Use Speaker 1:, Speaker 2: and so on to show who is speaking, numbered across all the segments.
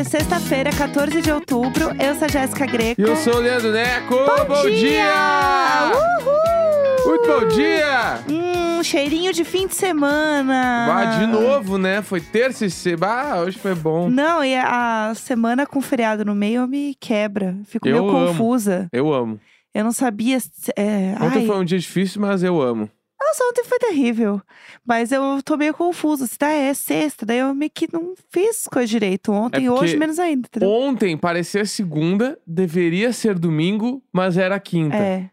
Speaker 1: é sexta-feira, 14 de outubro. Eu sou a Jéssica Greco.
Speaker 2: E eu sou o Leandro Neco.
Speaker 1: Bom, dia! Uhul!
Speaker 2: Muito bom dia!
Speaker 1: Hum, cheirinho de fim de semana.
Speaker 2: Bah, de novo, né? Foi terça e sexta. Bah, hoje foi bom.
Speaker 1: Não, e a semana com feriado no meio me quebra. Fico
Speaker 2: Eu
Speaker 1: meio
Speaker 2: amo.
Speaker 1: confusa.
Speaker 2: Eu amo.
Speaker 1: Eu não sabia. se- É,
Speaker 2: Ontem
Speaker 1: ai.
Speaker 2: foi um dia difícil, mas eu amo.
Speaker 1: Nossa, ontem foi terrível. Mas eu tô meio confusa. Se tá, é sexta. Daí eu meio que não fiz coisa direito. Ontem,
Speaker 2: É porque
Speaker 1: hoje, menos ainda. entendeu?
Speaker 2: Ontem parecia segunda, deveria ser domingo, mas era quinta.
Speaker 1: É.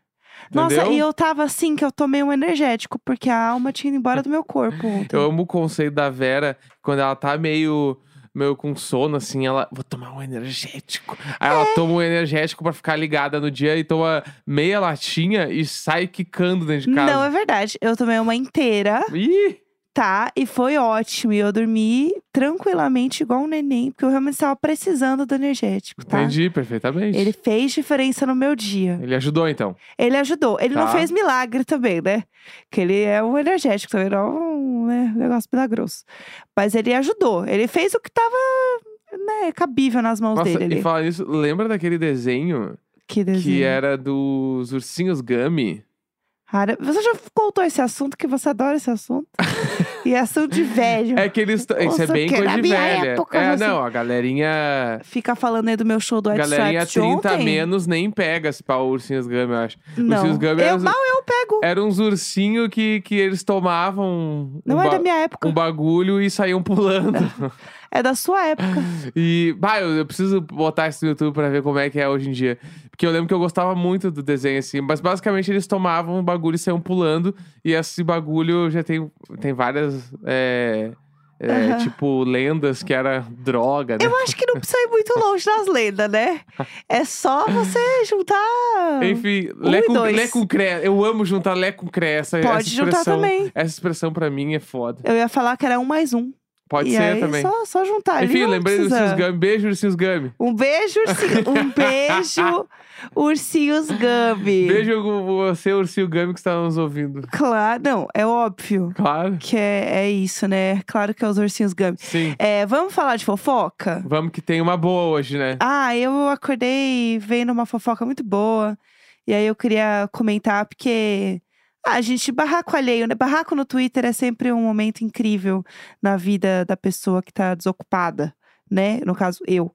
Speaker 1: Nossa,
Speaker 2: Entendeu?
Speaker 1: e eu tava assim, que eu tomei um energético, porque a alma tinha ido embora do meu corpo ontem.
Speaker 2: Eu amo o conceito da Vera quando ela tá meio. meio com sono, assim, ela. Vou tomar um energético. Aí ela toma um energético pra ficar ligada no dia e toma meia latinha e sai quicando dentro de casa.
Speaker 1: Não, é verdade. Eu tomei uma inteira,
Speaker 2: Ih!
Speaker 1: tá? E foi ótimo. E eu dormi tranquilamente, igual um neném, porque eu realmente estava precisando do energético, tá?
Speaker 2: Entendi perfeitamente.
Speaker 1: Ele fez diferença no meu dia.
Speaker 2: Ele ajudou, então.
Speaker 1: Ele ajudou. Ele não
Speaker 2: Tá.
Speaker 1: fez milagre também, né? Que ele é um energético, também não é um né, negócio milagroso. Mas ele ajudou. Ele fez o que tava, né, cabível nas mãos
Speaker 2: Nossa,
Speaker 1: dele.
Speaker 2: e
Speaker 1: ali.
Speaker 2: falar nisso, lembra daquele desenho,
Speaker 1: Que desenho.
Speaker 2: que é- era dos ursinhos Gummy?
Speaker 1: Cara, você já contou esse assunto, que você adora esse assunto. e é assunto de velho.
Speaker 2: É que eles. t- Isso é
Speaker 1: Nossa,
Speaker 2: bem
Speaker 1: que
Speaker 2: coisa
Speaker 1: na
Speaker 2: de
Speaker 1: minha
Speaker 2: velha.
Speaker 1: época,
Speaker 2: é,
Speaker 1: você-
Speaker 2: não, a galerinha.
Speaker 1: Fica falando aí do meu show do Ed
Speaker 2: Galerinha
Speaker 1: Stripes de
Speaker 2: 30
Speaker 1: ontem.
Speaker 2: menos nem pega se pau ursinhos Gummy, eu acho.
Speaker 1: Não,
Speaker 2: Ursinhos Gummy
Speaker 1: eu,
Speaker 2: eram,
Speaker 1: mal eu pego.
Speaker 2: eram uns ursinhos que, que eles tomavam um,
Speaker 1: não é
Speaker 2: ba-
Speaker 1: da minha época,
Speaker 2: um bagulho e saíam pulando.
Speaker 1: é da sua época.
Speaker 2: e, bah, eu, eu preciso botar isso no YouTube pra ver como é que é hoje em dia. Porque eu lembro que eu gostava muito do desenho, assim. Mas basicamente eles tomavam um bagulho e saíam pulando. E esse bagulho já tem, tem várias. é, é,
Speaker 1: Aham.
Speaker 2: Tipo, lendas que era droga, né?
Speaker 1: Eu acho que não precisa ir muito longe das lendas, né? É só você juntar.
Speaker 2: Enfim,
Speaker 1: Um
Speaker 2: lé
Speaker 1: e
Speaker 2: com,
Speaker 1: dois.
Speaker 2: lé com cré. Eu amo juntar lé com cré. Essa, essa
Speaker 1: Pode juntar
Speaker 2: expressão,
Speaker 1: também.
Speaker 2: Essa expressão pra mim é foda.
Speaker 1: Eu ia falar que era um mais um.
Speaker 2: Pode
Speaker 1: e
Speaker 2: ser
Speaker 1: aí,
Speaker 2: também.
Speaker 1: Só, só juntar Tá ali.
Speaker 2: Enfim,
Speaker 1: não
Speaker 2: lembrei do
Speaker 1: precisa.
Speaker 2: Ursinhos Gummy. Beijo, Ursinhos Gummy.
Speaker 1: Um beijo, ursinho. Um beijo, ursinhos Gummy.
Speaker 2: Beijo com você, Ursinho Gummy, que está nos ouvindo.
Speaker 1: Claro, não, é óbvio
Speaker 2: Claro.
Speaker 1: que é, é isso, né? Claro que é os ursinhos Gummy.
Speaker 2: Sim.
Speaker 1: É, vamos falar de fofoca?
Speaker 2: Vamos que tem uma boa hoje, né?
Speaker 1: Ah, eu acordei vendo uma fofoca muito boa. E aí eu queria comentar, porque. Ah, gente, barraco alheio, né? Barraco no Twitter é sempre um momento incrível na vida da pessoa que tá desocupada, né? No caso, eu.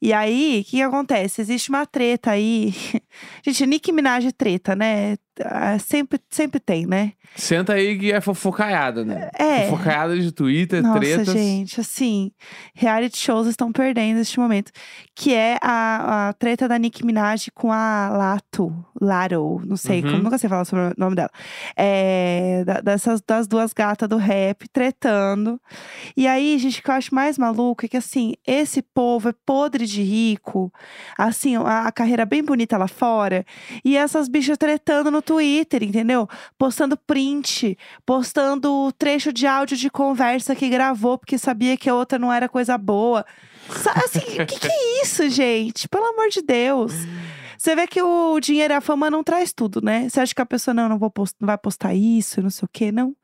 Speaker 1: E aí, o que, que acontece? Existe uma treta aí. gente, Nick Minaj é treta, né? Ah, Sempre, sempre tem, né?
Speaker 2: Senta aí que é fofocaiada, né?
Speaker 1: É.
Speaker 2: Fofocaiada de Twitter,
Speaker 1: Nossa,
Speaker 2: tretas.
Speaker 1: gente, assim, reality shows estão perdendo este momento. Que é a, a treta da Nicki Minaj com a Lato, Laro, não sei,
Speaker 2: Uhum.
Speaker 1: como, nunca sei falar sobre o nome dela. É, da- dessas, das duas gatas do rap, tretando. E aí, gente, o que eu acho mais maluco é que, assim, esse povo é podre de rico. Assim, a, a carreira bem bonita lá fora. E essas bichas tretando no Twitter, entendeu? Postando print, postando trecho de áudio de conversa que gravou, porque sabia que a outra não era coisa boa. Sa- Assim, o que, que é isso, gente? Pelo amor de Deus. Você vê que o dinheiro e a fama não traz tudo, né? Você acha que a pessoa, não, não, vou post- não vai postar isso, não sei o quê, não. O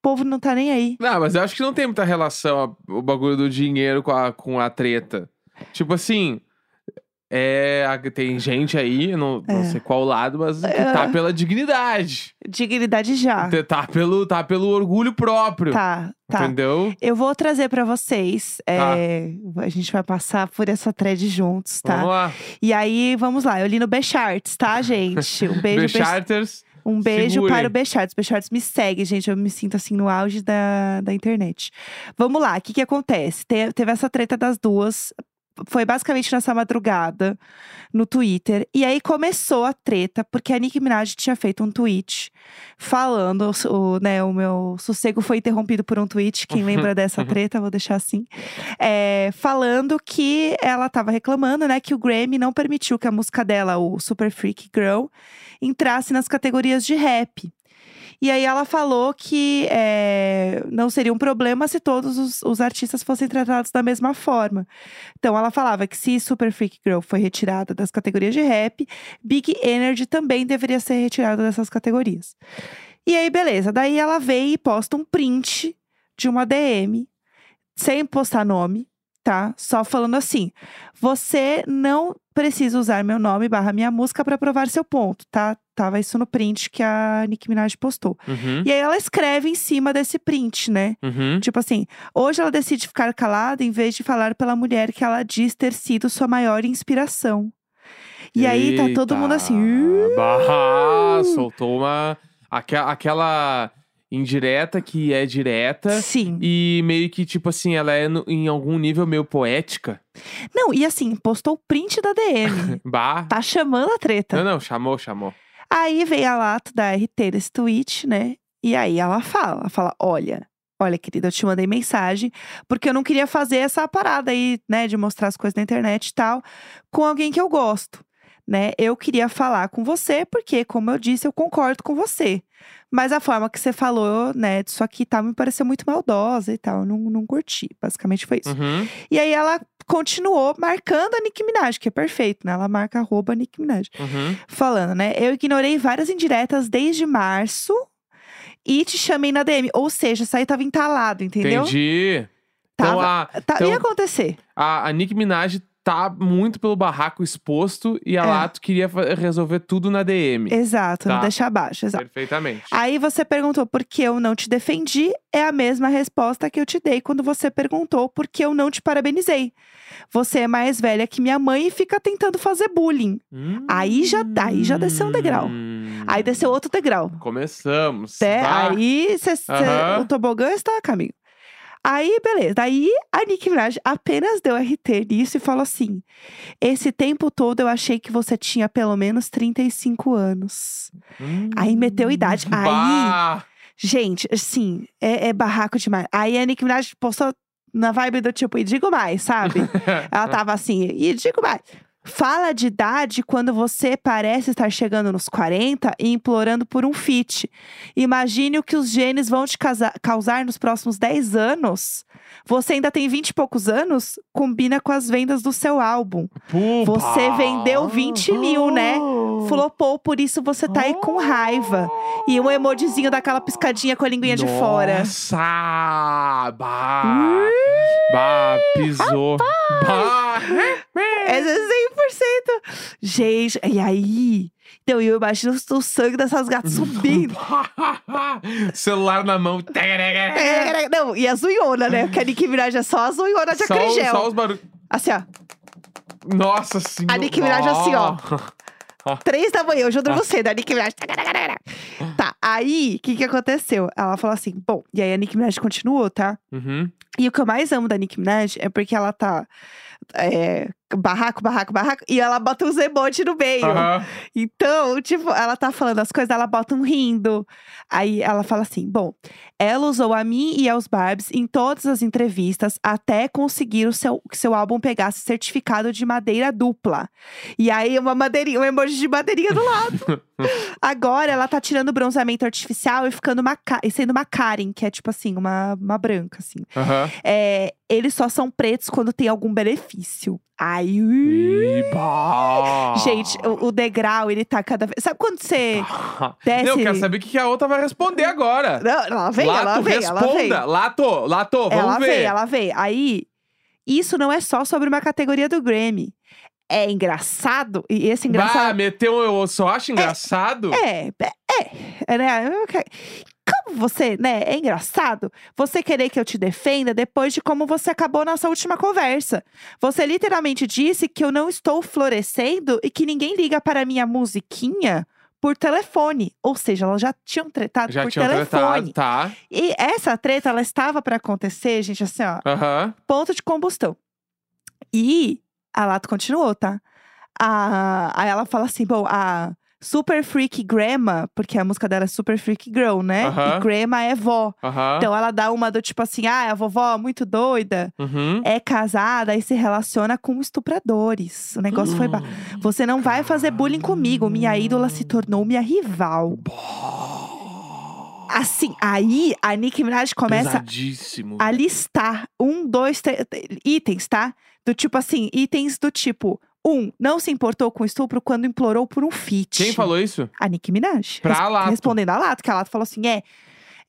Speaker 1: povo não tá nem aí.
Speaker 2: Não, mas eu acho que não tem muita relação a- o bagulho do dinheiro com a, com a treta. Tipo assim, é, a- tem gente aí, não, não
Speaker 1: É.
Speaker 2: sei qual lado, mas que tá pela dignidade.
Speaker 1: Dignidade já.
Speaker 2: Tá, pelo, tá pelo orgulho próprio.
Speaker 1: Tá, tá.
Speaker 2: Entendeu?
Speaker 1: Eu vou trazer pra vocês.
Speaker 2: Tá.
Speaker 1: é, a gente vai passar por essa thread juntos, tá?
Speaker 2: Vamos lá.
Speaker 1: E aí, vamos lá. Eu li no Becharts, tá, gente? Um beijo, Be-
Speaker 2: Becharters.
Speaker 1: um beijo
Speaker 2: segurem.
Speaker 1: para o Becharts. Becharts me segue, gente. Eu me sinto assim no auge da, da internet. Vamos lá. O que que acontece? Te- teve essa treta das duas. Foi basicamente nessa madrugada no Twitter. E aí começou a treta, porque a Nicki Minaj tinha feito um tweet falando, o, né, o meu sossego foi interrompido por um tweet. Quem lembra dessa treta, vou deixar assim. É, falando que ela tava reclamando, né, que o Grammy não permitiu que a música dela, o Super Freak Girl, entrasse nas categorias de rap. E aí ela falou que é, não seria um problema se todos os, os artistas fossem tratados da mesma forma. Então ela falava que se Super Freak Girl foi retirada das categorias de rap, Big Energy também deveria ser retirada dessas categorias. E aí, beleza. Daí ela veio e posta um print de uma DM, sem postar nome, tá? Só falando assim: você não precisa usar meu nome barra minha música pra provar seu ponto, tá? Tava isso no print que a Nicki Minaj postou.
Speaker 2: Uhum.
Speaker 1: E aí ela escreve em cima desse print, né?
Speaker 2: Uhum.
Speaker 1: Tipo assim, hoje ela decide ficar calada em vez de falar pela mulher que ela diz ter sido sua maior inspiração. E aí tá todo
Speaker 2: Eita.
Speaker 1: mundo assim. "Ih,
Speaker 2: Bah, soltou uma. aque- Aquela indireta que é direta.
Speaker 1: Sim.
Speaker 2: E meio que, tipo assim, ela é no- em algum nível meio poética.
Speaker 1: Não, e assim, postou o print da DM.
Speaker 2: Bah.
Speaker 1: tá chamando a treta.
Speaker 2: Não, não, chamou, chamou.
Speaker 1: Aí veio a Lato da RT nesse tweet, né? E aí ela fala, ela fala, olha, olha querida, eu te mandei mensagem porque eu não queria fazer essa parada aí, né, de mostrar as coisas na internet e tal, com alguém que eu gosto, né? Eu queria falar com você porque, como eu disse, eu concordo com você. Mas a forma que você falou, né, disso aqui e tal, me pareceu muito maldosa e tal, eu não, não curti. Basicamente foi isso.
Speaker 2: Uhum.
Speaker 1: E aí ela continuou marcando a Nicki Minaj, que é perfeito, né? Ela marca arroba Nicki Minaj
Speaker 2: Uhum.
Speaker 1: falando, né? Eu ignorei várias indiretas desde março e te chamei na DM. Ou seja, isso aí tava entalado, entendeu?
Speaker 2: Entendi. Então,
Speaker 1: Tava-
Speaker 2: a,
Speaker 1: tá-
Speaker 2: então-
Speaker 1: Ia acontecer.
Speaker 2: a, a Nick Minaj tá muito pelo barraco exposto e a
Speaker 1: É.
Speaker 2: Lato queria fa- resolver tudo na DM.
Speaker 1: Exato,
Speaker 2: Tá.
Speaker 1: não deixar abaixo, exato.
Speaker 2: Perfeitamente.
Speaker 1: Aí você perguntou por que eu não te defendi, é a mesma resposta que eu te dei quando você perguntou por que eu não te parabenizei. Você é mais velha que minha mãe e fica tentando fazer bullying.
Speaker 2: Hum.
Speaker 1: aí já- aí já desceu um degrau. Aí desceu outro degrau.
Speaker 2: Começamos.
Speaker 1: Até
Speaker 2: Bah.
Speaker 1: aí, cê- cê-
Speaker 2: Aham.
Speaker 1: o tobogã está a caminho. Aí, beleza. Aí, a Nicki Minaj apenas deu RT nisso e falou assim: Esse tempo todo eu achei que você tinha pelo menos 35 anos.
Speaker 2: Hum.
Speaker 1: Aí meteu idade. Aí-
Speaker 2: Bah.
Speaker 1: Gente, assim, é, é barraco demais. Aí, a Nicki Minaj postou na vibe do tipo: E digo mais, sabe? Ela tava assim: E digo mais. Fala de idade quando você parece estar chegando nos 40 e implorando por um fit. Imagine o que os genes vão te casa- causar nos próximos 10 anos. Você ainda tem 20 e poucos anos? Combina com as vendas do seu álbum.
Speaker 2: Pum,
Speaker 1: Você
Speaker 2: pá.
Speaker 1: vendeu 20 mil, né? Flopou, por isso você tá aí
Speaker 2: Oh.
Speaker 1: com raiva. E um emojizinho daquela piscadinha com a linguinha de fora.
Speaker 2: Nossa! Bah! Bah, pisou. Bah!
Speaker 1: Essa é 100%. Gente, e aí? Então, eu imagino o sangue dessas gatas subindo.
Speaker 2: Celular na mão.
Speaker 1: É, não, e a zunhona, né? Porque a Nicki Minaj é só a zunhona de
Speaker 2: Só,
Speaker 1: acrigel.
Speaker 2: só os barulhos.
Speaker 1: Assim, ó,
Speaker 2: Nossa senhora.
Speaker 1: A Nicki Minaj assim, ó.
Speaker 2: Ah.
Speaker 1: três da manhã, hoje eu durmo cedo, a Nicki Minaj... Tá, aí, o que que aconteceu? Ela falou assim, bom, e aí a Nicki Minaj continuou, tá?
Speaker 2: Uhum.
Speaker 1: E o que eu mais amo da Nicki Minaj é porque ela tá... é, barraco, barraco, barraco, e ela bota uns emotes no meio.
Speaker 2: Aham.
Speaker 1: Então, tipo, ela tá falando as coisas, ela bota um rindo. Aí ela fala assim: bom, ela usou a mim e aos Barbies em todas as entrevistas até conseguir o seu, que seu álbum pegasse certificado de madeira dupla. E aí, uma madeirinha, um emoji de madeirinha do lado. Agora ela tá tirando bronzeamento artificial e ficando uma, Ka- e sendo uma Karen, que é tipo assim, uma, uma branca, assim.
Speaker 2: Aham.
Speaker 1: É, eles só são pretos quando tem algum benefício. Aí.
Speaker 2: Ih, bah.
Speaker 1: Gente, o, o degrau, ele tá cada vez. Sabe quando você.
Speaker 2: Bah.
Speaker 1: desce-
Speaker 2: Ah, Não, eu quero saber o que que a outra vai responder agora.
Speaker 1: Não, ela É, vem,
Speaker 2: Lato,
Speaker 1: ela vem,
Speaker 2: responda.
Speaker 1: ela vem. É,
Speaker 2: Lato, Lato, vamos
Speaker 1: ela
Speaker 2: ver.
Speaker 1: vem, ela vem. Aí, isso não é só sobre uma categoria do Grammy. É engraçado, e esse
Speaker 2: Bah,
Speaker 1: engraçado.
Speaker 2: meteu eu só acho engraçado.
Speaker 1: É, é, é, né? Eu que- Como você, né? É engraçado você querer que eu te defenda depois de como você acabou nossa última conversa. Você literalmente disse que eu não estou florescendo e que ninguém liga para minha musiquinha por telefone. Ou seja, elas já tinham tretado
Speaker 2: Já
Speaker 1: por
Speaker 2: tinham
Speaker 1: telefone.
Speaker 2: tratado, tá?
Speaker 1: E essa treta, ela estava pra acontecer, gente, assim, ó,
Speaker 2: Aham.
Speaker 1: ponto de combustão. E a Lato continuou, tá? A, aí ela fala assim, bom, a Super Freak Grandma, porque a música dela é Super Freak Girl, né?
Speaker 2: Aham. Ah.
Speaker 1: E Grandma é vó.
Speaker 2: Aham.
Speaker 1: Então ela dá uma do tipo assim, ah, a vovó é muito doida,
Speaker 2: Uhum.
Speaker 1: é casada e se relaciona com estupradores. O negócio foi...
Speaker 2: Hum.
Speaker 1: Ba... Você não vai fazer bullying comigo, minha ídola se tornou minha rival. Assim, aí a Nicki Minaj começa
Speaker 2: Pesadíssimo.
Speaker 1: a listar um, dois, três itens, tá? Do tipo assim, itens do tipo. Um, não se importou com o estupro quando implorou por um fit.
Speaker 2: Quem falou isso?
Speaker 1: A Nicki Minaj.
Speaker 2: Pra
Speaker 1: Res-
Speaker 2: Lato.
Speaker 1: Respondendo a Lato, que a Lato falou assim: é,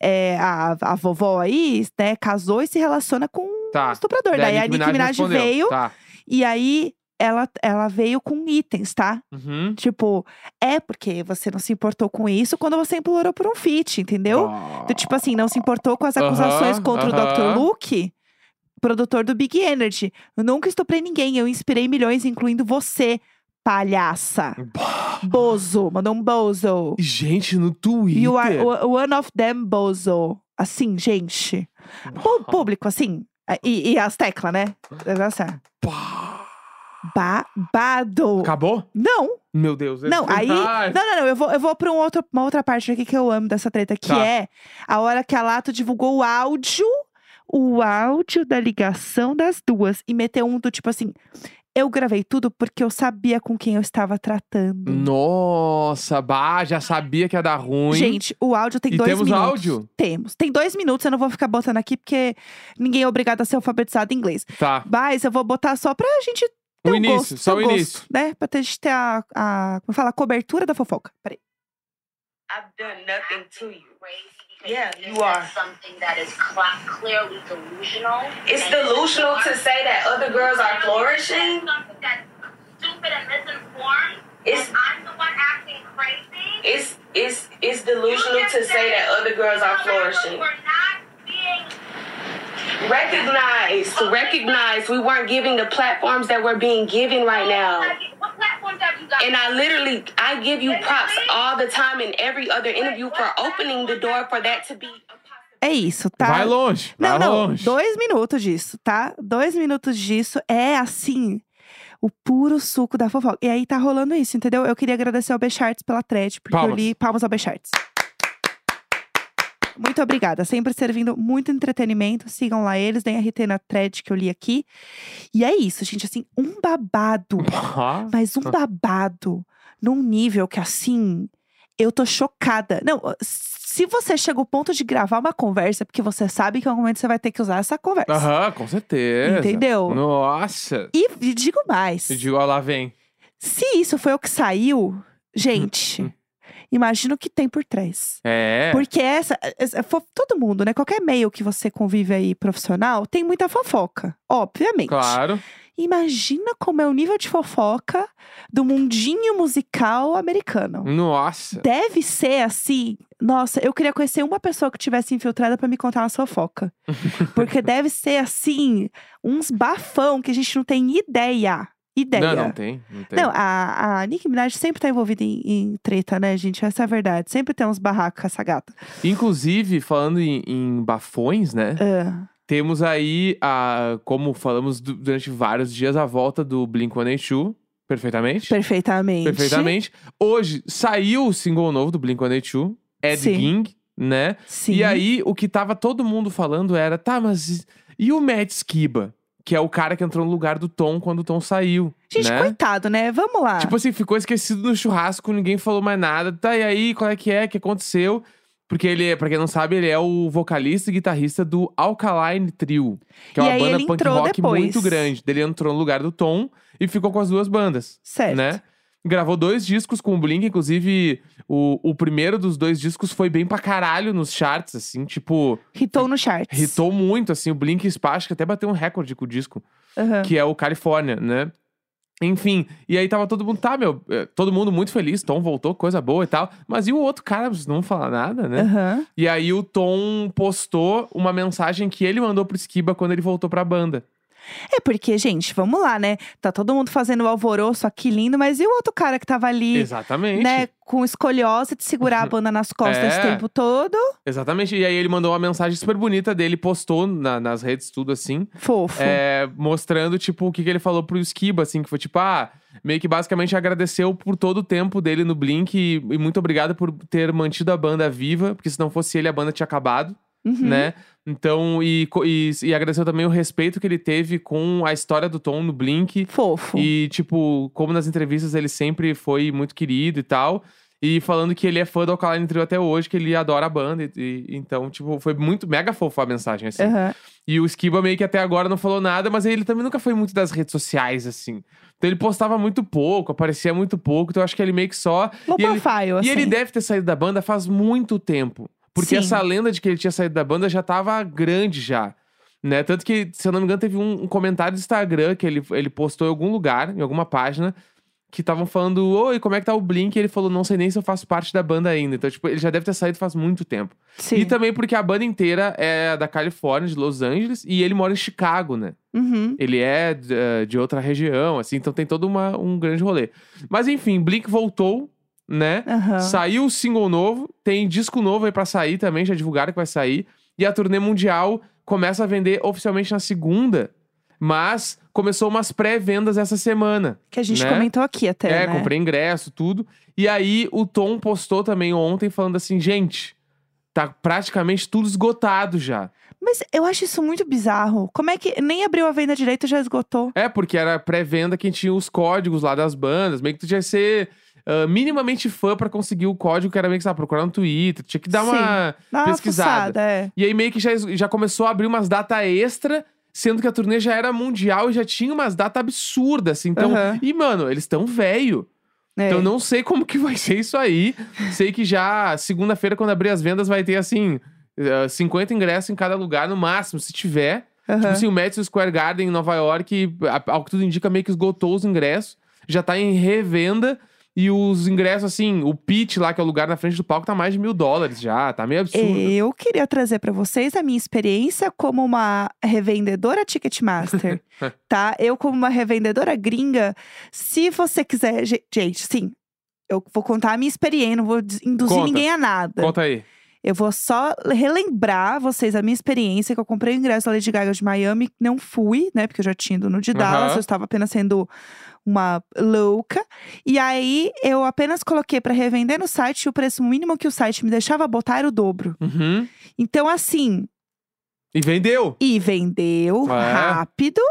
Speaker 1: é, a, a vovó aí, né, casou e se relaciona com
Speaker 2: Tá.
Speaker 1: estuprador. Daí, a Nicki Minaj
Speaker 2: respondeu.
Speaker 1: veio
Speaker 2: Tá.
Speaker 1: e aí ela, ela veio com itens, tá?
Speaker 2: Uhum.
Speaker 1: Tipo, é porque você não se importou com isso quando você implorou por um feat, entendeu? Do tipo assim, não se importou com as
Speaker 2: Aham,
Speaker 1: acusações contra o
Speaker 2: aham.
Speaker 1: Dr. Luke, produtor do Big Energy. Eu nunca estuprei ninguém, eu inspirei milhões, incluindo você, palhaça.
Speaker 2: Bah.
Speaker 1: Bozo, mandou um bozo.
Speaker 2: Gente, no Twitter.
Speaker 1: You are o- one of them, bozo. Assim, gente. Pú- Público, assim. E, e as teclas, né? Nossa,
Speaker 2: Pá.
Speaker 1: babado.
Speaker 2: Acabou?
Speaker 1: Não,
Speaker 2: Meu Deus.
Speaker 1: não,
Speaker 2: esse-
Speaker 1: aí.
Speaker 2: Ai,
Speaker 1: Não, não, não. Eu vou, eu vou pra um outro- uma outra parte aqui que eu amo dessa treta, que
Speaker 2: Tá.
Speaker 1: é a hora que a Lato divulgou o áudio, o áudio da ligação das duas. E meteu um do tipo assim: eu gravei tudo porque eu sabia com quem eu estava tratando.
Speaker 2: Nossa, bah, já sabia que ia dar ruim.
Speaker 1: Gente, o áudio tem
Speaker 2: E
Speaker 1: dois
Speaker 2: temos
Speaker 1: minutos.
Speaker 2: áudio?
Speaker 1: Temos. Tem dois minutos, eu não vou ficar botando aqui, porque ninguém é obrigado a ser alfabetizado em inglês.
Speaker 2: Tá.
Speaker 1: Mas eu vou botar só pra gente ter
Speaker 2: O
Speaker 1: um
Speaker 2: início,
Speaker 1: gosto,
Speaker 2: só
Speaker 1: ter um
Speaker 2: o
Speaker 1: gosto,
Speaker 2: início.
Speaker 1: né? Pra ter- gente ter a, a, como fala, a cobertura da fofoca. Peraí.
Speaker 3: I've done nothing to you.
Speaker 4: crazy because
Speaker 3: Yeah,
Speaker 4: this
Speaker 3: you
Speaker 4: is
Speaker 3: are.
Speaker 4: something that is cla- clearly delusional.
Speaker 3: It's
Speaker 4: and
Speaker 3: delusional to say that other girls are flourishing.
Speaker 4: Something that's stupid and misinformed.
Speaker 3: It's-
Speaker 4: and I'm the one acting crazy.
Speaker 3: It's it's it's delusional to say that other girls are flourishing.
Speaker 4: We're not being
Speaker 3: Recognize, recognize we weren't giving the platforms that we're being given right now.
Speaker 4: Like, what platforms have you got?
Speaker 3: And I literally I give you props all the time in every other interview for opening the door for that to be a possibility.
Speaker 1: É isso, tá?
Speaker 2: Vai longe.
Speaker 1: Não,
Speaker 2: vai
Speaker 1: não.
Speaker 2: longe.
Speaker 1: Dois minutos disso, tá? Dois minutos disso é assim. O puro suco da fofoca. E aí tá rolando isso, entendeu? Eu queria agradecer ao Becharts pela thread, porque eu
Speaker 2: Palmas.
Speaker 1: li palmas ao Becharts. Muito obrigada. Sempre servindo muito entretenimento. Sigam lá eles, deem RT na thread que eu li aqui. E é isso, gente. Assim, um babado.
Speaker 2: Bah.
Speaker 1: Mas um babado num nível que assim, eu tô chocada. Não, se você chega ao ponto de gravar uma conversa, porque você sabe que em algum momento você vai ter que usar essa conversa.
Speaker 2: Aham, com certeza.
Speaker 1: Entendeu?
Speaker 2: Nossa.
Speaker 1: E v- digo mais.
Speaker 2: Eu digo, ó, lá vem.
Speaker 1: Se isso foi o que saiu, gente, imagina o que tem por trás.
Speaker 2: Hum, É.
Speaker 1: Porque essa, essa- fo- Todo mundo, né? Qualquer meio que você convive aí profissional, tem muita fofoca. Obviamente.
Speaker 2: Claro.
Speaker 1: Imagina como é o nível de fofoca do mundinho musical americano.
Speaker 2: Nossa.
Speaker 1: Deve ser assim. Nossa, eu queria conhecer uma pessoa que tivesse infiltrada pra me contar uma fofoca. Porque deve ser assim, uns bafão que a gente não tem ideia. Ideia.
Speaker 2: Não, não tem. Não tem.
Speaker 1: Não, a, a Nicki Minaj sempre tá envolvida em, em treta, né, gente? Essa é a verdade. Sempre tem uns barracos com essa gata.
Speaker 2: Inclusive, falando em, em bafões, né?
Speaker 1: Ah,
Speaker 2: Temos aí, a, como falamos du- durante vários dias, a volta do Blink-182. Perfeitamente.
Speaker 1: perfeitamente.
Speaker 2: Perfeitamente. Hoje saiu o single novo do Blink-182. Ed
Speaker 1: Sim.
Speaker 2: Ging, né?
Speaker 1: Sim.
Speaker 2: E aí, o que tava todo mundo falando era, tá, mas e o Matt Skiba? Que é o cara que entrou no lugar do Tom quando o Tom saiu,
Speaker 1: Gente,
Speaker 2: né?
Speaker 1: coitado, né? Vamos lá.
Speaker 2: Tipo assim, ficou esquecido no churrasco, ninguém falou mais nada. Tá, e aí, qual é que é? O que aconteceu? Porque ele, é- pra quem não sabe, ele é o vocalista e guitarrista do Alkaline Trio. Que é
Speaker 1: E
Speaker 2: uma
Speaker 1: aí
Speaker 2: banda
Speaker 1: ele
Speaker 2: punk
Speaker 1: entrou
Speaker 2: rock
Speaker 1: depois.
Speaker 2: muito grande. Ele entrou no lugar do Tom e ficou com as duas bandas
Speaker 1: certo.
Speaker 2: né? Gravou dois discos com o Blink, inclusive o, o primeiro dos dois discos foi bem pra caralho nos charts, assim, tipo,
Speaker 1: Hitou no charts.
Speaker 2: hitou muito, assim, o Blink Spa, acho que até bateu um recorde com o disco,
Speaker 1: Aham.
Speaker 2: que é o California, né? Enfim, e aí tava todo mundo, tá, meu, eh, todo mundo muito feliz, Tom voltou, coisa boa e tal, mas e o outro cara, vocês não vão falar nada, né?
Speaker 1: Aham.
Speaker 2: E aí o Tom postou uma mensagem que ele mandou pro Skiba quando ele voltou pra banda.
Speaker 1: É porque, gente, vamos lá, né? Tá todo mundo fazendo o alvoroço aqui lindo, mas e o outro cara que tava ali,
Speaker 2: Exatamente.
Speaker 1: né, com escoliose de segurar a banda nas costas
Speaker 2: É.
Speaker 1: o tempo todo?
Speaker 2: Exatamente. E aí ele mandou uma mensagem super bonita dele, postou na- nas redes tudo assim,
Speaker 1: Fofo.
Speaker 2: é, mostrando, tipo, o que, que ele falou pro Skiba, assim, que foi tipo, ah, meio que basicamente agradeceu por todo o tempo dele no Blink e, e muito obrigado por ter mantido a banda viva, porque se não fosse ele, a banda tinha acabado,
Speaker 1: Uhum.
Speaker 2: né? Então, e, co- e, e agradeceu também o respeito que ele teve com a história do Tom no Blink.
Speaker 1: Fofo.
Speaker 2: E, tipo, como nas entrevistas ele sempre foi muito querido e tal. E falando que ele é fã do Alkaline Trio até hoje, que ele adora a banda. E, e- então, tipo, foi muito mega fofo a mensagem, assim.
Speaker 1: Aham.
Speaker 2: E o Skiba meio que até agora não falou nada, mas ele também nunca foi muito das redes sociais, assim. Então ele postava muito pouco, aparecia muito pouco. Então eu acho que ele meio que só.
Speaker 1: Low
Speaker 2: e ele-
Speaker 1: profile, assim.
Speaker 2: E ele deve ter saído da banda faz muito tempo. Porque
Speaker 1: Sim.
Speaker 2: essa lenda de que ele tinha saído da banda já tava grande já. Né? Tanto que, se eu não me engano, teve um, um comentário do Instagram que ele, ele postou em algum lugar, em alguma página, que estavam falando, oi, como é que tá o Blink? E ele falou, não sei nem se eu faço parte da banda ainda. Então, tipo, ele já deve ter saído faz muito tempo.
Speaker 1: Sim.
Speaker 2: E também porque a banda inteira é da Califórnia, de Los Angeles, e ele mora em Chicago, né?
Speaker 1: Uhum.
Speaker 2: Ele é eh, de outra região, assim, então tem todo uma, um grande rolê. Mas enfim, Blink voltou, né?
Speaker 1: Aham.
Speaker 2: Saiu o single novo, tem disco novo aí pra sair também, já divulgaram que vai sair. E a turnê mundial começa a vender oficialmente na segunda, mas começou umas pré-vendas essa semana.
Speaker 1: Que a gente
Speaker 2: né?
Speaker 1: comentou aqui até.
Speaker 2: É,
Speaker 1: né?
Speaker 2: comprei ingresso, tudo. E aí o Tom postou também ontem falando assim, gente, tá praticamente tudo esgotado já.
Speaker 1: Mas eu acho isso muito bizarro. Como é que nem abriu a venda direito e já esgotou?
Speaker 2: É, porque era pré-venda que tinha os códigos lá das bandas. Meio que tu tinha que ser ah, minimamente fã pra conseguir o código que era meio que, sabe, procurar no Twitter. Tinha que dar
Speaker 1: Sim.
Speaker 2: uma
Speaker 1: Dá uma
Speaker 2: pesquisada.
Speaker 1: fuçada, é.
Speaker 2: E aí meio que já, es- já começou a abrir umas data extra, sendo que a turnê já era mundial e já tinha umas data absurdas, assim. Então,
Speaker 1: Aham.
Speaker 2: e mano, eles tão velho.
Speaker 1: É.
Speaker 2: Então não sei como que vai ser isso aí. sei que já segunda-feira, quando abrir as vendas, vai ter assim... ah, 50 ingressos em cada lugar, no máximo, se tiver.
Speaker 1: Aham.
Speaker 2: Tipo assim, o Madison Square Garden em Nova York, a- ao que tudo indica, meio que esgotou os ingressos. Já tá em revenda. E os ingressos, assim, o pitch lá, que é o lugar na frente do palco, tá mais de mil dólares já. Tá meio absurdo.
Speaker 1: Eu queria trazer pra vocês a minha experiência como uma revendedora Ticketmaster, tá? Eu como uma revendedora gringa, se você quiser, ge- gente, sim, eu vou contar a minha experiência, não vou des- induzir
Speaker 2: Conta.
Speaker 1: ninguém a nada.
Speaker 2: Conta aí.
Speaker 1: Eu vou só relembrar vocês a minha experiência, que eu comprei o ingresso da Lady Gaga de Miami, que não fui, né? Porque eu já tinha ido no de
Speaker 2: Aham.
Speaker 1: Dallas, eu estava apenas sendo uma louca. E aí, eu apenas coloquei pra revender no site, e o preço mínimo que o site me deixava botar era o dobro.
Speaker 2: Uhum.
Speaker 1: Então, assim,
Speaker 2: E vendeu.
Speaker 1: e vendeu
Speaker 2: É.
Speaker 1: rápido,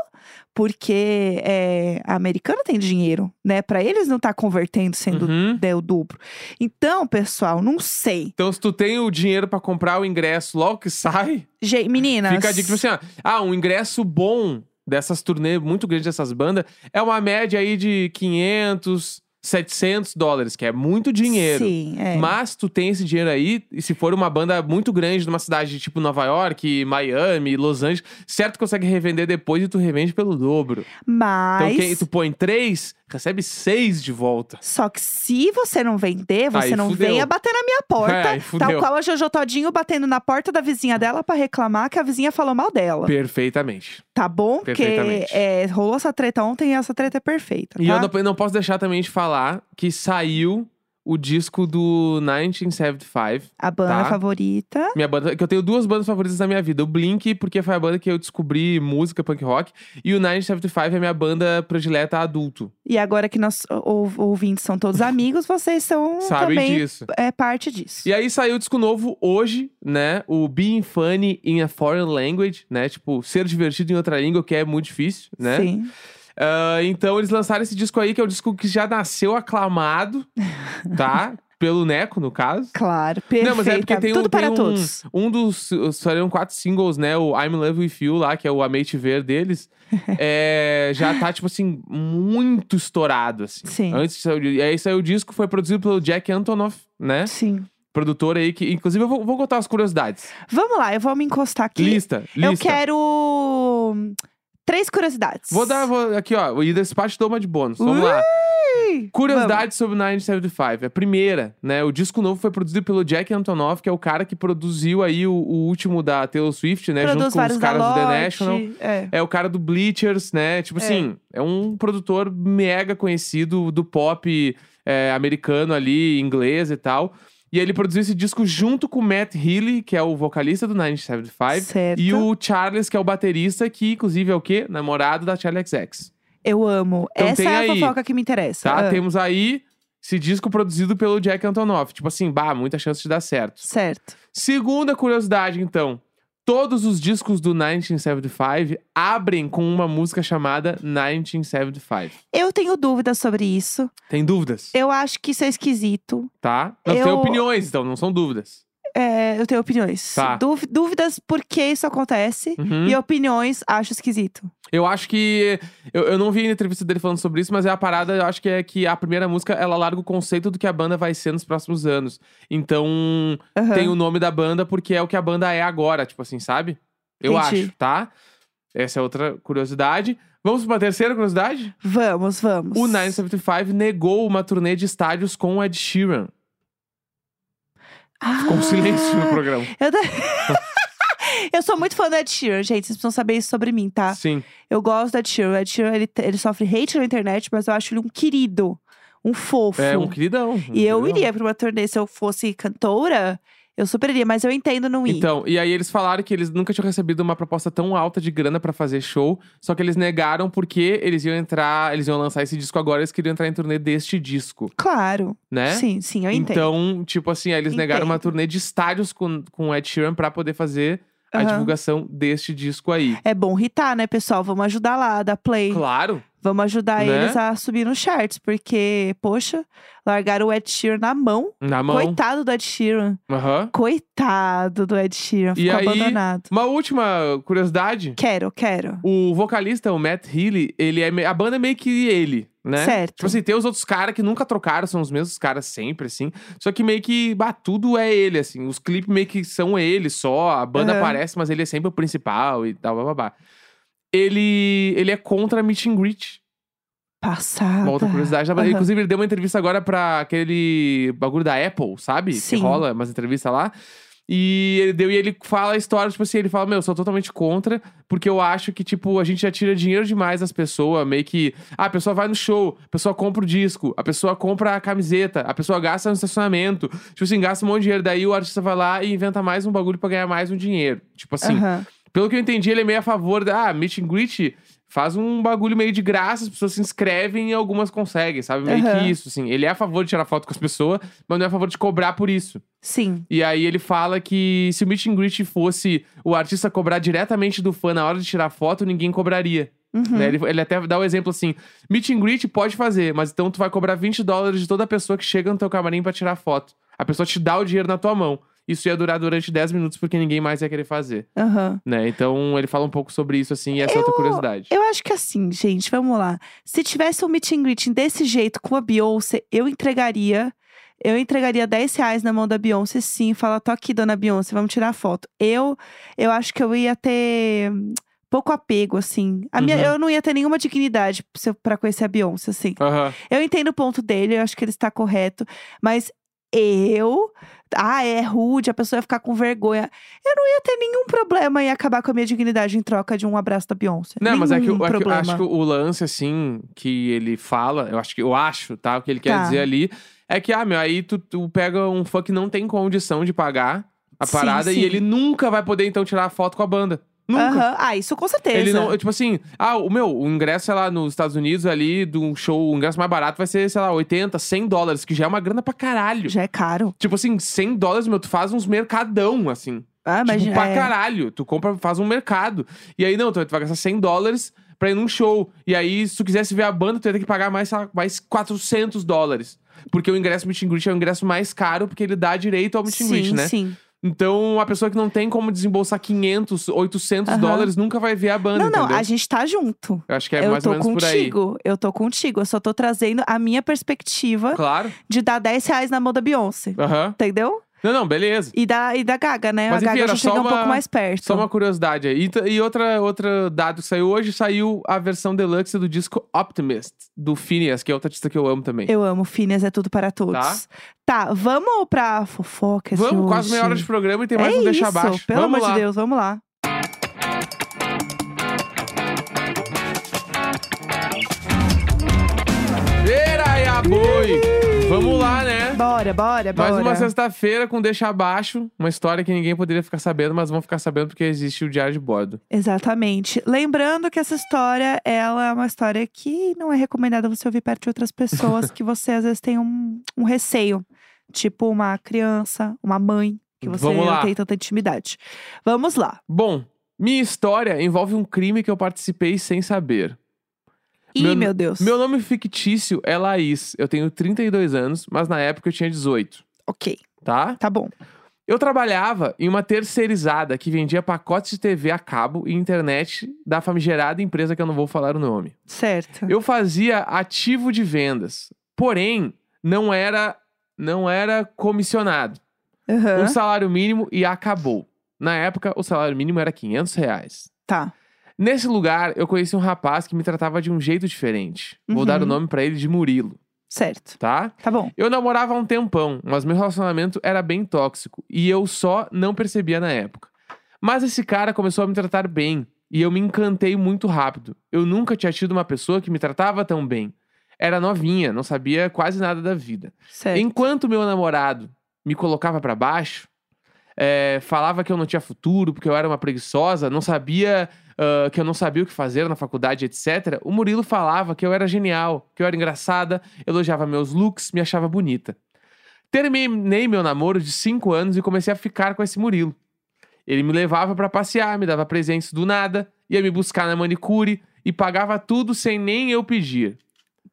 Speaker 1: porque é, americano tem dinheiro, né? Pra eles não tá convertendo sendo
Speaker 2: Uhum.
Speaker 1: né, o dobro. Então, pessoal, não sei.
Speaker 2: Então, se tu tem o dinheiro pra comprar o ingresso logo que sai,
Speaker 1: Gente, meninas.
Speaker 2: fica a dica, tipo assim, ó, ah, um ingresso bom dessas turnês muito grandes dessas bandas é uma média aí de 500, 700 dólares, que é muito dinheiro.
Speaker 1: Sim, é.
Speaker 2: Mas tu tem esse dinheiro aí, e se for uma banda muito grande numa cidade tipo Nova York, Miami, Los Angeles, certo tu consegue revender depois e tu revende pelo dobro.
Speaker 1: Mas.
Speaker 2: Então quem, tu põe três, recebe seis de volta.
Speaker 1: Só que se você não vender, você
Speaker 2: Aí
Speaker 1: não
Speaker 2: fudeu. É,
Speaker 1: venha bater na minha porta.
Speaker 2: aí fudeu.
Speaker 1: tal qual a Jojo Todinho batendo na porta da vizinha dela pra reclamar que a vizinha falou mal dela.
Speaker 2: Perfeitamente.
Speaker 1: Tá bom? Porque
Speaker 2: Perfeitamente.
Speaker 1: é, rolou essa treta ontem e essa treta é perfeita.
Speaker 2: E
Speaker 1: tá?
Speaker 2: eu não, eu não posso deixar também de falar que saiu o disco do 1975.
Speaker 1: A banda
Speaker 2: Tá.
Speaker 1: favorita.
Speaker 2: Minha banda, que eu tenho duas bandas favoritas da minha vida. O Blink, porque foi a banda que eu descobri música punk rock. E o 975 é a minha banda predileta adulto.
Speaker 1: E agora que nós ou- ouvintes são todos amigos, vocês são
Speaker 2: Sabem
Speaker 1: também
Speaker 2: disso.
Speaker 1: é parte disso.
Speaker 2: E aí saiu o disco novo hoje, né? O Being Funny in a Foreign Language, né? Tipo, ser divertido em outra língua, que é muito difícil, né?
Speaker 1: Sim.
Speaker 2: Ah, então eles lançaram esse disco aí, que é um disco que já nasceu aclamado, tá? Pelo Neco, no caso.
Speaker 1: Claro, perfeita.
Speaker 2: Não, mas é porque tem um,
Speaker 1: Tudo para
Speaker 2: tem um,
Speaker 1: todos.
Speaker 2: um dos. Seriam quatro singles, né? O I'm in Love with You lá, que é o Amei Te Ver deles. é, já tá, tipo assim, muito estourado, assim.
Speaker 1: Sim.
Speaker 2: Antes de sair, o- e aí saiu o disco, foi produzido pelo Jack Antonoff, né?
Speaker 1: Sim.
Speaker 2: produtora aí que, inclusive, eu vou, vou contar as curiosidades.
Speaker 1: Vamos lá, eu vou me encostar aqui.
Speaker 2: Lista, lista.
Speaker 1: Eu quero hum, três curiosidades.
Speaker 2: Vou dar vou- aqui, ó. E desse parte dou uma de bônus.
Speaker 1: Uh!
Speaker 2: Vamos lá.
Speaker 1: Ui!
Speaker 2: Curiosidades sobre 975. É A primeira, né? O disco novo foi produzido pelo Jack Antonoff, que é o cara que produziu aí o, o último da Taylor Swift, né?
Speaker 1: Vamos.
Speaker 2: junto
Speaker 1: Produz
Speaker 2: com
Speaker 1: vários
Speaker 2: os caras
Speaker 1: da
Speaker 2: do The
Speaker 1: Lotte,
Speaker 2: National.
Speaker 1: É.
Speaker 2: É o cara do Bleachers, né? Tipo
Speaker 1: É.
Speaker 2: assim, é um produtor mega conhecido do pop é, americano ali, inglês e tal. E ele produziu esse disco junto com o Matt Healy, que é o vocalista do 975.
Speaker 1: Certo.
Speaker 2: E o Charles, que é o baterista, que inclusive é o quê? Namorado da Charlie XX.
Speaker 1: Eu amo.
Speaker 2: Então
Speaker 1: Essa
Speaker 2: tem
Speaker 1: é a
Speaker 2: aí,
Speaker 1: fofoca que me interessa.
Speaker 2: Tá?
Speaker 1: Ah,
Speaker 2: Temos aí esse disco produzido pelo Jack Antonoff. Tipo assim, bah, muita chance de dar certo.
Speaker 1: Certo.
Speaker 2: Segunda curiosidade, então. Todos os discos do 1975 abrem com uma música chamada 1975.
Speaker 1: Eu tenho dúvidas sobre isso.
Speaker 2: Tem dúvidas,
Speaker 1: Eu acho que isso é esquisito.
Speaker 2: tá? Não,
Speaker 1: eu-
Speaker 2: tem opiniões, então, não são dúvidas.
Speaker 1: É, eu tenho opiniões.
Speaker 2: Tá.
Speaker 1: Dúvi- dúvidas por que isso acontece.
Speaker 2: Uhum.
Speaker 1: E opiniões, acho esquisito.
Speaker 2: Eu acho que. Eu, eu não vi a entrevista dele falando sobre isso, mas é a parada, eu acho que é que a primeira música ela larga o conceito do que a banda vai ser nos próximos anos. Então,
Speaker 1: Aham.
Speaker 2: tem o nome da banda porque é o que a banda é agora, tipo assim, sabe? Eu
Speaker 1: Entendi.
Speaker 2: acho, tá? Essa é outra curiosidade. Vamos pra terceira curiosidade?
Speaker 1: Vamos, vamos.
Speaker 2: O é 975 negou uma turnê de estádios com o Ed Sheeran.
Speaker 1: ah,
Speaker 2: Com silêncio no programa.
Speaker 1: Eu, da- Eu sou muito fã do Ed Sheeran, gente. Vocês precisam saber isso sobre mim, tá?
Speaker 2: Sim.
Speaker 1: Eu gosto do Ed Sheeran. O Ed Sheeran, ele, ele sofre hate na internet, mas eu acho ele um querido. Um fofo.
Speaker 2: É um queridão. um
Speaker 1: E eu
Speaker 2: queridão.
Speaker 1: iria pra uma turnê. Se eu fosse cantora, eu super iria. Mas eu entendo não ir.
Speaker 2: Então, e aí eles falaram que eles nunca tinham recebido uma proposta tão alta de grana pra fazer show, só que eles negaram porque eles iam entrar, eles iam lançar esse disco agora, eles queriam entrar em turnê deste disco,
Speaker 1: claro.
Speaker 2: né?
Speaker 1: Sim, sim, eu entendo.
Speaker 2: Então, tipo assim, aí eles negaram uma
Speaker 1: Entendo.
Speaker 2: turnê de estádios com, com o Ed Sheeran pra poder fazer a
Speaker 1: Aham.
Speaker 2: divulgação deste disco aí.
Speaker 1: É bom ritar, né, pessoal? Vamos ajudar lá, da Play.
Speaker 2: Claro,
Speaker 1: Vamos ajudar
Speaker 2: Né?
Speaker 1: eles a subir nos charts. Porque, poxa, largaram o Ed Sheeran na mão.
Speaker 2: na mão.
Speaker 1: Coitado do Ed Sheeran.
Speaker 2: Aham.
Speaker 1: Coitado do Ed Sheeran.
Speaker 2: E
Speaker 1: Ficou
Speaker 2: aí-
Speaker 1: abandonado.
Speaker 2: Uma última curiosidade.
Speaker 1: Quero, quero.
Speaker 2: O vocalista, o Matt Healy, ele é me- a banda é meio que ele, né?
Speaker 1: Certo.
Speaker 2: Tipo assim, tem os outros caras que nunca trocaram, são os mesmos caras sempre, assim. Só que meio que, bah, tudo é ele, assim. Os clipes meio que são ele só, a banda
Speaker 1: Aham.
Speaker 2: aparece, mas ele é sempre o principal e tal, bababá. Ele, ele é contra meet and greet.
Speaker 1: Passada.
Speaker 2: assim, Uma outra curiosidade. da banda.
Speaker 1: Aham.
Speaker 2: Inclusive, ele deu uma entrevista agora pra aquele bagulho da Apple, sabe?
Speaker 1: Sim.
Speaker 2: Que rola umas entrevistas lá. E ele deu e ele fala a história, tipo assim, ele fala, meu, eu sou totalmente contra, porque eu acho que, tipo, a gente já tira dinheiro demais das pessoas, meio que. Ah, a pessoa vai no show, a pessoa compra o disco, a pessoa compra a camiseta, a pessoa gasta no estacionamento, tipo assim, gasta um monte de dinheiro. Daí o artista vai lá e inventa mais um bagulho pra ganhar mais um dinheiro. Tipo assim.
Speaker 1: Aham.
Speaker 2: Pelo que eu entendi, ele é meio a favor da ah, meet and greet. Faz um bagulho meio de graça, as pessoas se inscrevem e algumas conseguem, sabe? Meio
Speaker 1: Aham.
Speaker 2: que isso, assim. Ele é a favor de tirar foto com as pessoas, mas não é a favor de cobrar por isso.
Speaker 1: Sim.
Speaker 2: E aí ele fala que se o meet and greet fosse o artista cobrar diretamente do fã na hora de tirar foto, ninguém cobraria.
Speaker 1: Uhum.
Speaker 2: né? Ele, ele até dá o exemplo assim: meet and greet pode fazer, mas então tu vai cobrar 20 dólares de toda pessoa que chega no teu camarim pra tirar foto. A pessoa te dá o dinheiro na tua mão. Isso ia durar durante 10 minutos porque ninguém mais ia querer fazer
Speaker 1: Aham.
Speaker 2: né? Então ele fala um pouco sobre isso, assim, e essa é outra curiosidade.
Speaker 1: Eu acho que assim, gente, vamos lá. Se tivesse um meet and greeting desse jeito com a Beyoncé, eu entregaria. Eu entregaria 10 reais na mão da Beyoncé, sim. e Falar, tô aqui, dona Beyoncé, vamos tirar foto. Eu, eu acho que eu ia ter hum, pouco apego, assim. A minha,
Speaker 2: Uhum.
Speaker 1: Eu não ia ter nenhuma dignidade se eu- pra conhecer a Beyoncé, assim.
Speaker 2: Aham.
Speaker 1: Eu entendo o ponto dele, eu acho que ele está correto, mas eu. Ah, é rude, a pessoa ia ficar com vergonha. Eu não ia ter nenhum problema em acabar com a minha dignidade em troca de um abraço da Beyoncé.
Speaker 2: Não,
Speaker 1: nenhum
Speaker 2: mas é que, eu- é que eu
Speaker 1: problema.
Speaker 2: acho que o lance, assim, que ele fala, eu acho que eu acho, tá? O que ele quer
Speaker 1: Tá.
Speaker 2: dizer ali é que, ah, meu, aí tu, tu pega um fã que não tem condição de pagar a
Speaker 1: Sim,
Speaker 2: parada
Speaker 1: sim.
Speaker 2: e ele nunca vai poder, então, tirar a foto com a banda. Nunca.
Speaker 1: Aham, Ah, isso com certeza.
Speaker 2: Ele não, tipo assim, ah, o meu, o ingresso, sei lá, nos Estados Unidos ali, de um show, o ingresso mais barato vai ser, sei lá, 80, 100 dólares, que já é uma grana pra caralho.
Speaker 1: Já é caro.
Speaker 2: Tipo assim, 100 dólares, meu, tu faz uns mercadão, assim.
Speaker 1: Ah, mas
Speaker 2: tipo, pra
Speaker 1: é,
Speaker 2: caralho. Tu compra, faz um mercado. E aí, não, tu vai- tu vai gastar 100 dólares pra ir num show. E aí, se tu quisesse ver a banda, tu ia ter que pagar mais, sei lá, mais 400 dólares. Porque o ingresso meet and greet é o ingresso mais caro, porque ele dá direito ao meet and greet,
Speaker 1: sim,
Speaker 2: né?
Speaker 1: sim.
Speaker 2: Então, a pessoa que não tem como desembolsar 500, 800
Speaker 1: Aham.
Speaker 2: dólares nunca vai ver a banda,
Speaker 1: Não, não,
Speaker 2: entendeu?
Speaker 1: a gente tá junto.
Speaker 2: Eu acho que é
Speaker 1: eu
Speaker 2: mais
Speaker 1: tô
Speaker 2: ou menos por
Speaker 1: contigo. Eu tô contigo. Eu só tô trazendo a minha perspectiva
Speaker 2: aí. Claro.
Speaker 1: de dar 10 reais na mão da Beyoncé.
Speaker 2: Aham.
Speaker 1: Entendeu?
Speaker 2: Não, não, beleza.
Speaker 1: E da, e da Gaga, né?
Speaker 2: Mas
Speaker 1: a
Speaker 2: enfim,
Speaker 1: Gaga
Speaker 2: era
Speaker 1: já
Speaker 2: só
Speaker 1: chega um
Speaker 2: uma-
Speaker 1: pouco mais perto.
Speaker 2: Só uma curiosidade aí. E, t- e outra, outra dado que saiu hoje, saiu a versão deluxe do disco Optimist, do Phineas, que é outro artista que eu amo também.
Speaker 1: Eu amo, Phineas é tudo para todos. Tá, vamos pra fofocas de
Speaker 2: Vamos, quase
Speaker 1: hoje.
Speaker 2: meia hora de programa e tem mais
Speaker 1: é
Speaker 2: um Deixa
Speaker 1: isso,
Speaker 2: Abaixo.
Speaker 1: pelo
Speaker 2: Vamos
Speaker 1: amor
Speaker 2: lá.
Speaker 1: de Deus, vamos lá.
Speaker 2: Eira, ia, boi! Vamos lá, né?
Speaker 1: Bora, bora, bora.
Speaker 2: Mais uma sexta-feira com Deixa Abaixo, uma história que ninguém poderia ficar sabendo, mas vão ficar sabendo porque existe o Diário de Bordo.
Speaker 1: Exatamente. Lembrando que essa história, ela é uma história que não é recomendada você ouvir perto de outras pessoas que você às vezes tem um, um receio. Tipo uma criança, uma mãe, que você
Speaker 2: Vamos lá.
Speaker 1: não tem tanta intimidade. Vamos lá.
Speaker 2: Bom, minha história envolve um crime que eu participei sem saber.
Speaker 1: Ih,
Speaker 2: Meu-
Speaker 1: meu, Deus.
Speaker 2: Meu nome fictício é Laís. Eu tenho 32 anos, mas na época eu tinha 18,
Speaker 1: Ok,
Speaker 2: tá?
Speaker 1: tá bom.
Speaker 2: Eu trabalhava em uma terceirizada que vendia pacotes de TV a cabo e internet da famigerada empresa que eu não vou falar o nome.
Speaker 1: Certo.
Speaker 2: Eu fazia ativo de vendas, porém não era não era comissionado.
Speaker 1: Aham.
Speaker 2: Um salário mínimo e acabou, Na época, o salário mínimo era 500 reais.
Speaker 1: Tá.
Speaker 2: Nesse lugar, eu conheci um rapaz que me tratava de um jeito diferente. Vou dar o
Speaker 1: Uhum.
Speaker 2: nome pra ele de Murilo,
Speaker 1: Certo.
Speaker 2: tá?
Speaker 1: Tá bom.
Speaker 2: Eu namorava há um tempão, mas meu relacionamento era bem tóxico e eu só não percebia na época. Mas esse cara começou a me tratar bem e eu me encantei muito rápido. Eu nunca tinha tido uma pessoa que me tratava tão bem. Era novinha, não sabia quase nada da vida.
Speaker 1: Certo.
Speaker 2: Enquanto meu namorado me colocava pra baixo, eh, falava que eu não tinha futuro, porque eu era uma preguiçosa, não sabia ah, que eu não sabia o que fazer na faculdade, etc. O Murilo falava que eu era genial, que eu era engraçada, elogiava meus looks, me achava bonita. Terminei meu namoro de 5 anos e comecei a ficar com esse Murilo. Ele me levava pra passear, me dava presentes do nada, ia me buscar na manicure e pagava tudo sem nem eu pedir.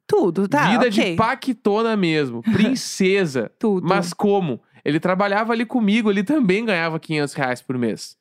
Speaker 1: Tudo, tá.
Speaker 2: Vida
Speaker 1: ok.
Speaker 2: de paquitona mesmo, princesa.
Speaker 1: Tudo.
Speaker 2: Mas como? Ele trabalhava ali comigo, ele também ganhava 500 reais por mês.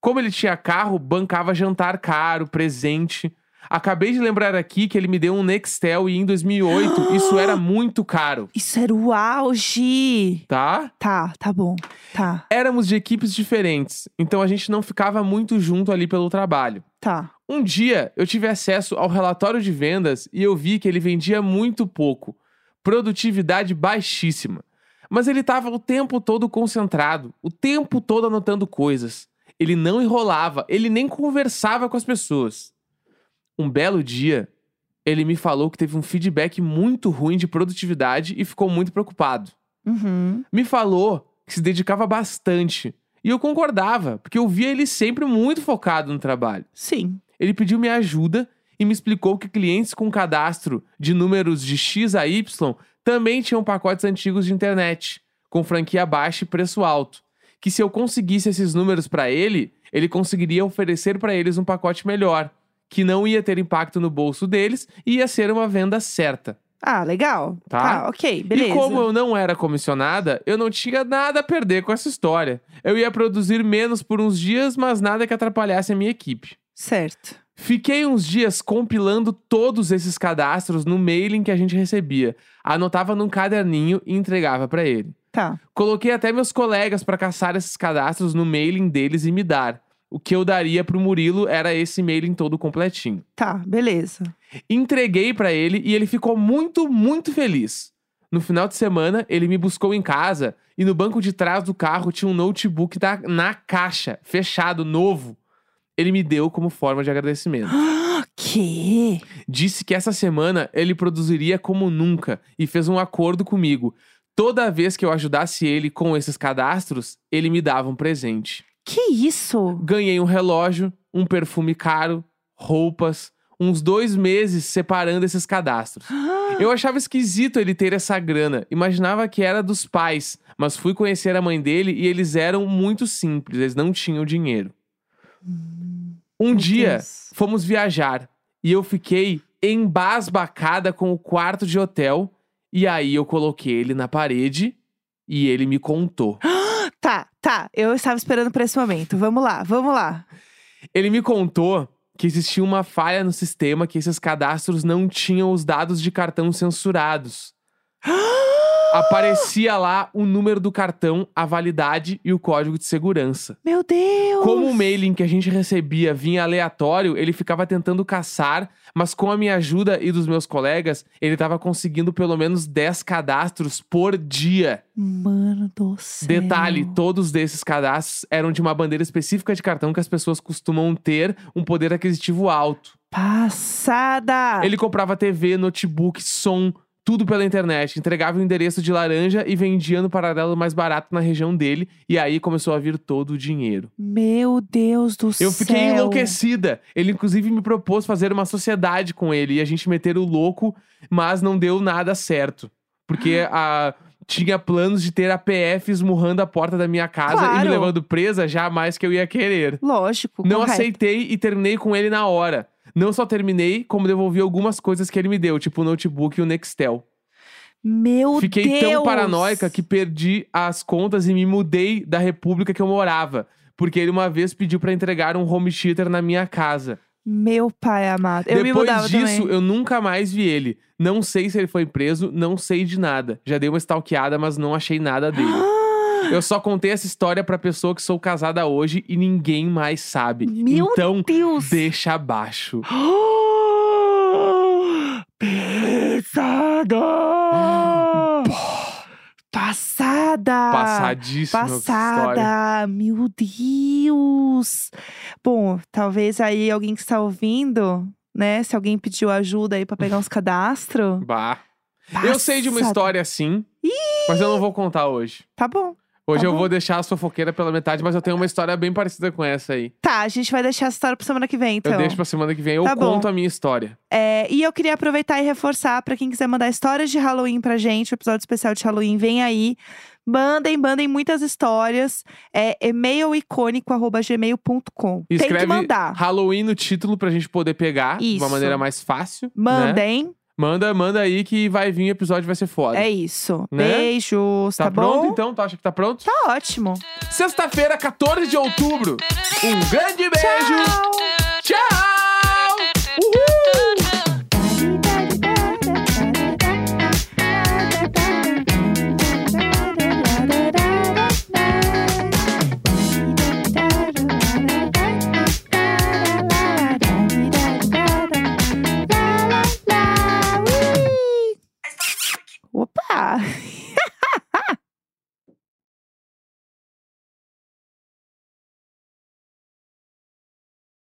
Speaker 2: Como ele tinha carro, bancava jantar caro, presente. Acabei de lembrar aqui que ele me deu um Nextel e em 2008 isso era muito caro,
Speaker 1: Isso era o auge.
Speaker 2: tá?
Speaker 1: Tá, tá bom. Tá,
Speaker 2: Éramos de equipes diferentes, então a gente não ficava muito junto ali pelo trabalho.
Speaker 1: tá.
Speaker 2: Um dia eu tive acesso ao relatório de vendas e eu vi que ele vendia muito pouco, produtividade baixíssima. Mas ele estava o tempo todo concentrado, o tempo todo anotando coisas. Ele não enrolava, ele nem conversava com as pessoas. Um belo dia, ele me falou que teve um feedback muito ruim de produtividade e ficou muito preocupado
Speaker 1: Uhum.
Speaker 2: me falou que se dedicava bastante. E eu concordava, porque eu via ele sempre muito focado no trabalho.
Speaker 1: Sim.
Speaker 2: Ele pediu minha ajuda e me explicou que clientes com cadastro de números de X a Y também tinham pacotes antigos de internet, com franquia baixa e preço alto. Que se eu conseguisse esses números para ele, ele conseguiria oferecer para eles um pacote melhor, que não ia ter impacto no bolso deles e ia ser uma venda certa.
Speaker 1: Ah, legal.
Speaker 2: Tá.
Speaker 1: ok. Beleza.
Speaker 2: E como eu não era comissionada, eu não tinha nada a perder com essa história. Eu ia produzir menos por uns dias, mas nada que atrapalhasse a minha equipe.
Speaker 1: Certo.
Speaker 2: Fiquei uns dias compilando todos esses cadastros no mailing que a gente recebia. Anotava num caderninho e entregava pra ele.
Speaker 1: Tá.
Speaker 2: Coloquei até meus colegas pra caçar esses cadastros no mailing deles e me dar. O que eu daria pro Murilo era esse mailing todo completinho.
Speaker 1: Tá, beleza.
Speaker 2: Entreguei pra ele e ele ficou muito, muito feliz. No final de semana, ele me buscou em casa e no banco de trás do carro tinha um notebook da- na caixa, fechado, novo. Ele me deu como forma de agradecimento.
Speaker 1: Ah, que?
Speaker 2: Disse que essa semana ele produziria como nunca e fez um acordo comigo. Toda vez que eu ajudasse ele com esses cadastros, ele me dava um presente.
Speaker 1: Que isso?
Speaker 2: Ganhei um relógio, um perfume caro, roupas, uns dois meses separando esses cadastros.
Speaker 1: Ah,
Speaker 2: Eu achava esquisito ele ter essa grana. Imaginava que era dos pais, mas fui conhecer a mãe dele e eles eram muito simples, eles não tinham dinheiro. Um
Speaker 1: meu
Speaker 2: dia,
Speaker 1: Deus.
Speaker 2: fomos viajar e eu fiquei embasbacada com o quarto de hotel. E aí eu coloquei ele na parede e ele me contou.
Speaker 1: Tá, tá. Eu estava esperando por esse momento. Vamos lá, vamos lá.
Speaker 2: Ele me contou que existia uma falha no sistema que esses cadastros não tinham os dados de cartão censurados. Aparecia lá o número do cartão, a validade e o código de segurança.
Speaker 1: Meu Deus!
Speaker 2: Como o mailing que a gente recebia vinha aleatório, ele ficava tentando caçar, mas com a minha ajuda e dos meus colegas, ele estava conseguindo pelo menos 10 cadastros por dia.
Speaker 1: Mano do céu.
Speaker 2: Detalhe, todos desses cadastros eram de uma bandeira específica de cartão que as pessoas costumam ter um poder aquisitivo alto.
Speaker 1: Passada!
Speaker 2: Ele comprava TV, notebook, som, tudo pela internet. Entregava o endereço de laranja e vendia no paralelo mais barato na região dele. E aí começou a vir todo o dinheiro.
Speaker 1: Meu Deus do céu.
Speaker 2: Eu fiquei enlouquecida. Ele, inclusive, me propôs fazer uma sociedade com ele e a gente meter o louco, mas não deu nada certo. Porque a- Tinha planos de ter a PF esmurrando a porta da minha casa e me
Speaker 1: Claro.
Speaker 2: levando presa jamais que eu ia querer.
Speaker 1: Lógico.
Speaker 2: Não
Speaker 1: correto.
Speaker 2: aceitei e terminei com ele na hora. Não só terminei, como devolvi algumas coisas que ele me deu, tipo o notebook e o Nextel.
Speaker 1: Meu
Speaker 2: Fiquei
Speaker 1: Deus!
Speaker 2: tão paranoica que perdi as contas e me mudei da república que eu morava. Porque ele uma vez pediu pra entregar um home theater na minha casa.
Speaker 1: Meu pai amado. Eu me
Speaker 2: Depois
Speaker 1: mudava
Speaker 2: disso,
Speaker 1: também.
Speaker 2: eu nunca mais vi ele. Não sei se ele foi preso, não sei de nada. Já dei uma stalkeada, mas não achei nada dele. Eu só contei essa história pra pessoa que sou casada hoje e ninguém mais sabe.
Speaker 1: Meu
Speaker 2: então,
Speaker 1: Deus!
Speaker 2: deixa abaixo.
Speaker 1: Pesada! Ah, Passada!
Speaker 2: Passadíssima essa história.
Speaker 1: Passada! Meu Deus! Bom, talvez aí alguém que está ouvindo, né? Se alguém pediu ajuda aí pra pegar uns cadastros.
Speaker 2: Bah. Eu sei de uma
Speaker 1: Passada.
Speaker 2: história assim, mas eu não vou contar hoje.
Speaker 1: Tá bom.
Speaker 2: Hoje
Speaker 1: Tá
Speaker 2: eu
Speaker 1: bom.
Speaker 2: vou deixar a fofoqueira pela metade, mas eu tenho uma história bem parecida com essa aí.
Speaker 1: Tá, a gente vai deixar essa história pra semana que vem, então.
Speaker 2: Eu deixo pra semana que vem. Eu
Speaker 1: Tá bom.
Speaker 2: conto a minha história.
Speaker 1: É, e eu queria aproveitar e reforçar pra quem quiser mandar histórias de Halloween pra gente, o episódio especial de Halloween vem aí. Mandem, mandem muitas histórias. É e-mailicônico.gmail.com. Tem
Speaker 2: E escreve né?
Speaker 1: que mandar.
Speaker 2: Halloween no título pra gente poder pegar de uma
Speaker 1: Isso.
Speaker 2: maneira mais fácil. né?
Speaker 1: Mandem.
Speaker 2: Manda, manda aí que vai vir o episódio vai ser foda.
Speaker 1: É isso.
Speaker 2: Né?
Speaker 1: Beijos, tá,
Speaker 2: Tá, pronto
Speaker 1: bom?
Speaker 2: então? Tu acha que tá pronto?
Speaker 1: Tá ótimo.
Speaker 2: Sexta-feira, 14 de outubro. Um grande beijo.
Speaker 1: Tchau.